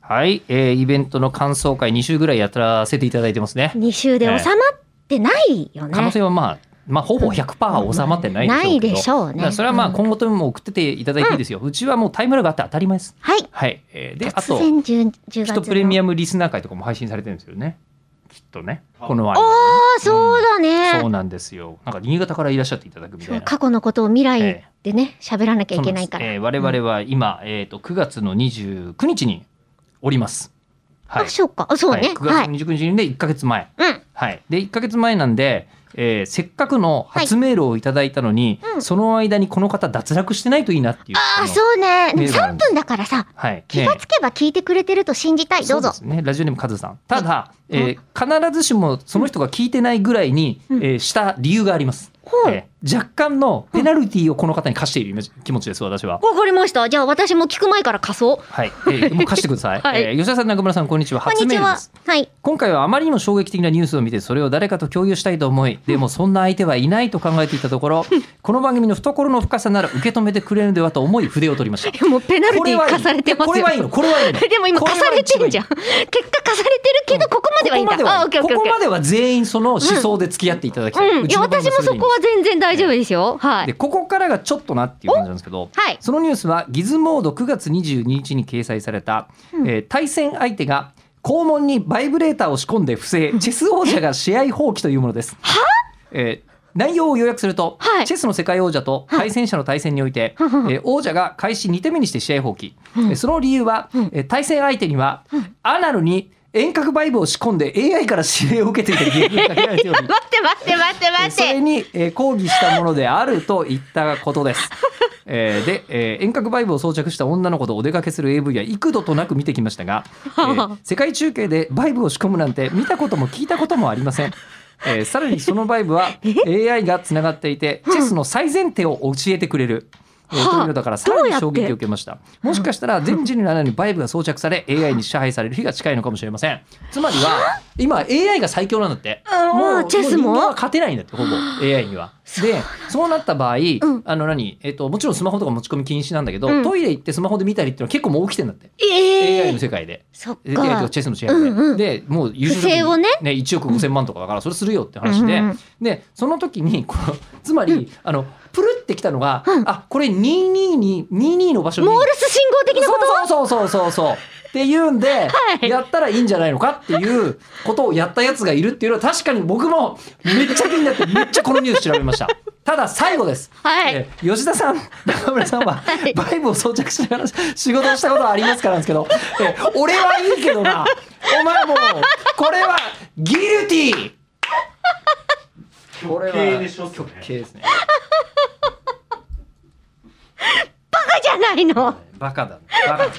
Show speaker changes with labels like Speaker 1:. Speaker 1: はい、えーイベントの感想会2週ぐらいやらせていただいてますね。
Speaker 2: 2週で収まってないよね。
Speaker 1: 可能性はまあ、まあ、ほぼ100%収まってないでしょうけど、
Speaker 2: ないでしょうね
Speaker 1: だからそれはまあ
Speaker 2: うん
Speaker 1: 今後とも送ってていただいていいですよ、うちはもうタイムラグあって当たり前です
Speaker 2: はい。
Speaker 1: はい、えーであ
Speaker 2: 突
Speaker 1: と
Speaker 2: 然 10, 10
Speaker 1: き
Speaker 2: 月
Speaker 1: っ
Speaker 2: の。
Speaker 1: とプレミ
Speaker 2: ア
Speaker 1: アムリスナー会とかも配信されてるんですよねきっとねこの
Speaker 2: あ
Speaker 1: 間
Speaker 2: あ、そうだね。
Speaker 1: そうなんですよなんか新潟からいらっしゃっていただくみた
Speaker 2: そ
Speaker 1: いうな
Speaker 2: 過去のことを未来
Speaker 1: え
Speaker 2: でね喋らなきゃいけないか
Speaker 1: そうなんで
Speaker 2: ら、
Speaker 1: すえー我々は今、えー、と9月の29日におりますはい
Speaker 2: あそうかあそう
Speaker 1: はい、
Speaker 2: ね
Speaker 1: 9
Speaker 2: はい、
Speaker 1: 月29日で1か月前、
Speaker 2: うん
Speaker 1: はい、で1か月前なんで、えーせっかくの初メールをいただいたのに、
Speaker 2: はいうん
Speaker 1: その間にこの方脱落してないといいなっていう
Speaker 2: あ
Speaker 1: の
Speaker 2: あそうねで
Speaker 1: メ
Speaker 2: も
Speaker 1: ールがある
Speaker 2: 3
Speaker 1: んです
Speaker 2: 分だからさ
Speaker 1: はい、
Speaker 2: 気がつけば聞いてくれてると信じたい、どうぞ
Speaker 1: そうですねラジオネームカズさんただ、えー必ずしもその人が聞いてないぐらいに、
Speaker 2: うん
Speaker 1: えーした理由があります、
Speaker 2: ほう
Speaker 1: えー若干のペナルティーをこの方に課しているイメージ気持ちです私は
Speaker 2: わかりましたじゃあ私も聞く前から貸そう
Speaker 1: はい、えーもう貸してください、
Speaker 2: はい
Speaker 1: えー吉田さん中村さんこんにちは
Speaker 2: こん
Speaker 1: 初
Speaker 2: に
Speaker 1: メー
Speaker 2: ち
Speaker 1: ルで
Speaker 2: は
Speaker 1: す
Speaker 2: はい
Speaker 1: 今回はあまりにも衝撃的なニュースを見てそれを誰かと共有したいと 思いでもそんな相手はいないと考えていたところこの番組の懐の深さなら受け止めてくれるのではと思い筆を取りました
Speaker 2: もうペナル
Speaker 1: こ
Speaker 2: テ
Speaker 1: れ
Speaker 2: ィ
Speaker 1: はいい
Speaker 2: 貸されてますよ
Speaker 1: これはいいのこれはいいの
Speaker 2: でも今
Speaker 1: これ
Speaker 2: 貸
Speaker 1: は
Speaker 2: されてるじゃん
Speaker 1: 一
Speaker 2: 結果貸されてるけどここまではいいんだ、
Speaker 1: ここま
Speaker 2: あオッ
Speaker 1: で
Speaker 2: ケー
Speaker 1: は
Speaker 2: オッケ
Speaker 1: こ
Speaker 2: ーオッ
Speaker 1: こ
Speaker 2: ケー
Speaker 1: までは全員その思想で付き合っていただきたい、
Speaker 2: うん、いや
Speaker 1: の番
Speaker 2: 私
Speaker 1: 組
Speaker 2: も
Speaker 1: す
Speaker 2: そ
Speaker 1: るに
Speaker 2: こは全然大丈夫ですよ。は
Speaker 1: で
Speaker 2: い。
Speaker 1: ここからがちょっとなっていう感じなんですけど、
Speaker 2: はい
Speaker 1: そのニュースはギズモード9月22日に掲載された、
Speaker 2: うん
Speaker 1: えー対戦相手が肛門にバイブレーターを仕込んで不正チェス王者が試合放棄というものです。えー内容を要約すると、
Speaker 2: はい
Speaker 1: チェスの世界王者と対戦者の対戦において、
Speaker 2: はい
Speaker 1: えー王者が開始2手目にして試合放棄、
Speaker 2: うん
Speaker 1: えーその理由は、
Speaker 2: うん
Speaker 1: えー対戦相手には、
Speaker 2: うん
Speaker 1: アナルに遠隔バイブを仕込んで AI から指令を受けていたゲームが限られており
Speaker 2: 待って待って待って
Speaker 1: えーそ
Speaker 2: 待っ
Speaker 1: れ
Speaker 2: て。
Speaker 1: に、えー抗議したものであるといったことです。 えーで、えー遠隔バイブを装着した女の子とお出かけする AV は幾度となく見てきましたが、え ー世界中継でバイブを仕込むなんて見たことも聞いたこともありません。えーさらにそのバイブ は AI がつながっていてチェスの最前提を教えてくれる。えー
Speaker 2: はあ
Speaker 1: というのだからさらに衝撃を受けましたもしかした ら全人類の穴にバイブが装着され AI に支配される日が近いのかもしれませんつまりは今 AI が最強なんだって
Speaker 2: うん
Speaker 1: もう
Speaker 2: チェスも
Speaker 1: う人間は勝てないんだってほぼ AI には。でそうなった場合、
Speaker 2: ん
Speaker 1: あの何、えっともちろんスマホとか持ち込み禁止なんだけど、
Speaker 2: うん
Speaker 1: トイレ行ってスマホで見たりっていうのは結構もう起きてんだって、
Speaker 2: え
Speaker 1: AI
Speaker 2: え
Speaker 1: の世界で。
Speaker 2: そっ
Speaker 1: で AI と
Speaker 2: か
Speaker 1: か。チェスの試合で,、
Speaker 2: うんうん
Speaker 1: でもう優勝
Speaker 2: 不正をね
Speaker 1: ね1億5000万とかだからそれするよって話で、
Speaker 2: うんうんうん
Speaker 1: でその時にこのつまり、あのプルってきたのが、あこれ22に22の場所に
Speaker 2: モールス信号的なこと。
Speaker 1: そうそうそうそうそうそうっていうんで、やったらいいんじゃないのかっていうことをやったやつがいるっていうのは確かに僕もめっちゃ気になってめっちゃこのニュース調べましたただ最後です、
Speaker 2: はい
Speaker 1: えー吉田さん中村さんは、バイブを装着しながら仕事をしたことはありますからなんですけど、えー俺はいいけどなお前もうこれはギルティーこれは
Speaker 3: 経営でしょ
Speaker 1: 極刑ですね
Speaker 2: バカじゃないの。
Speaker 1: バカだねバカだ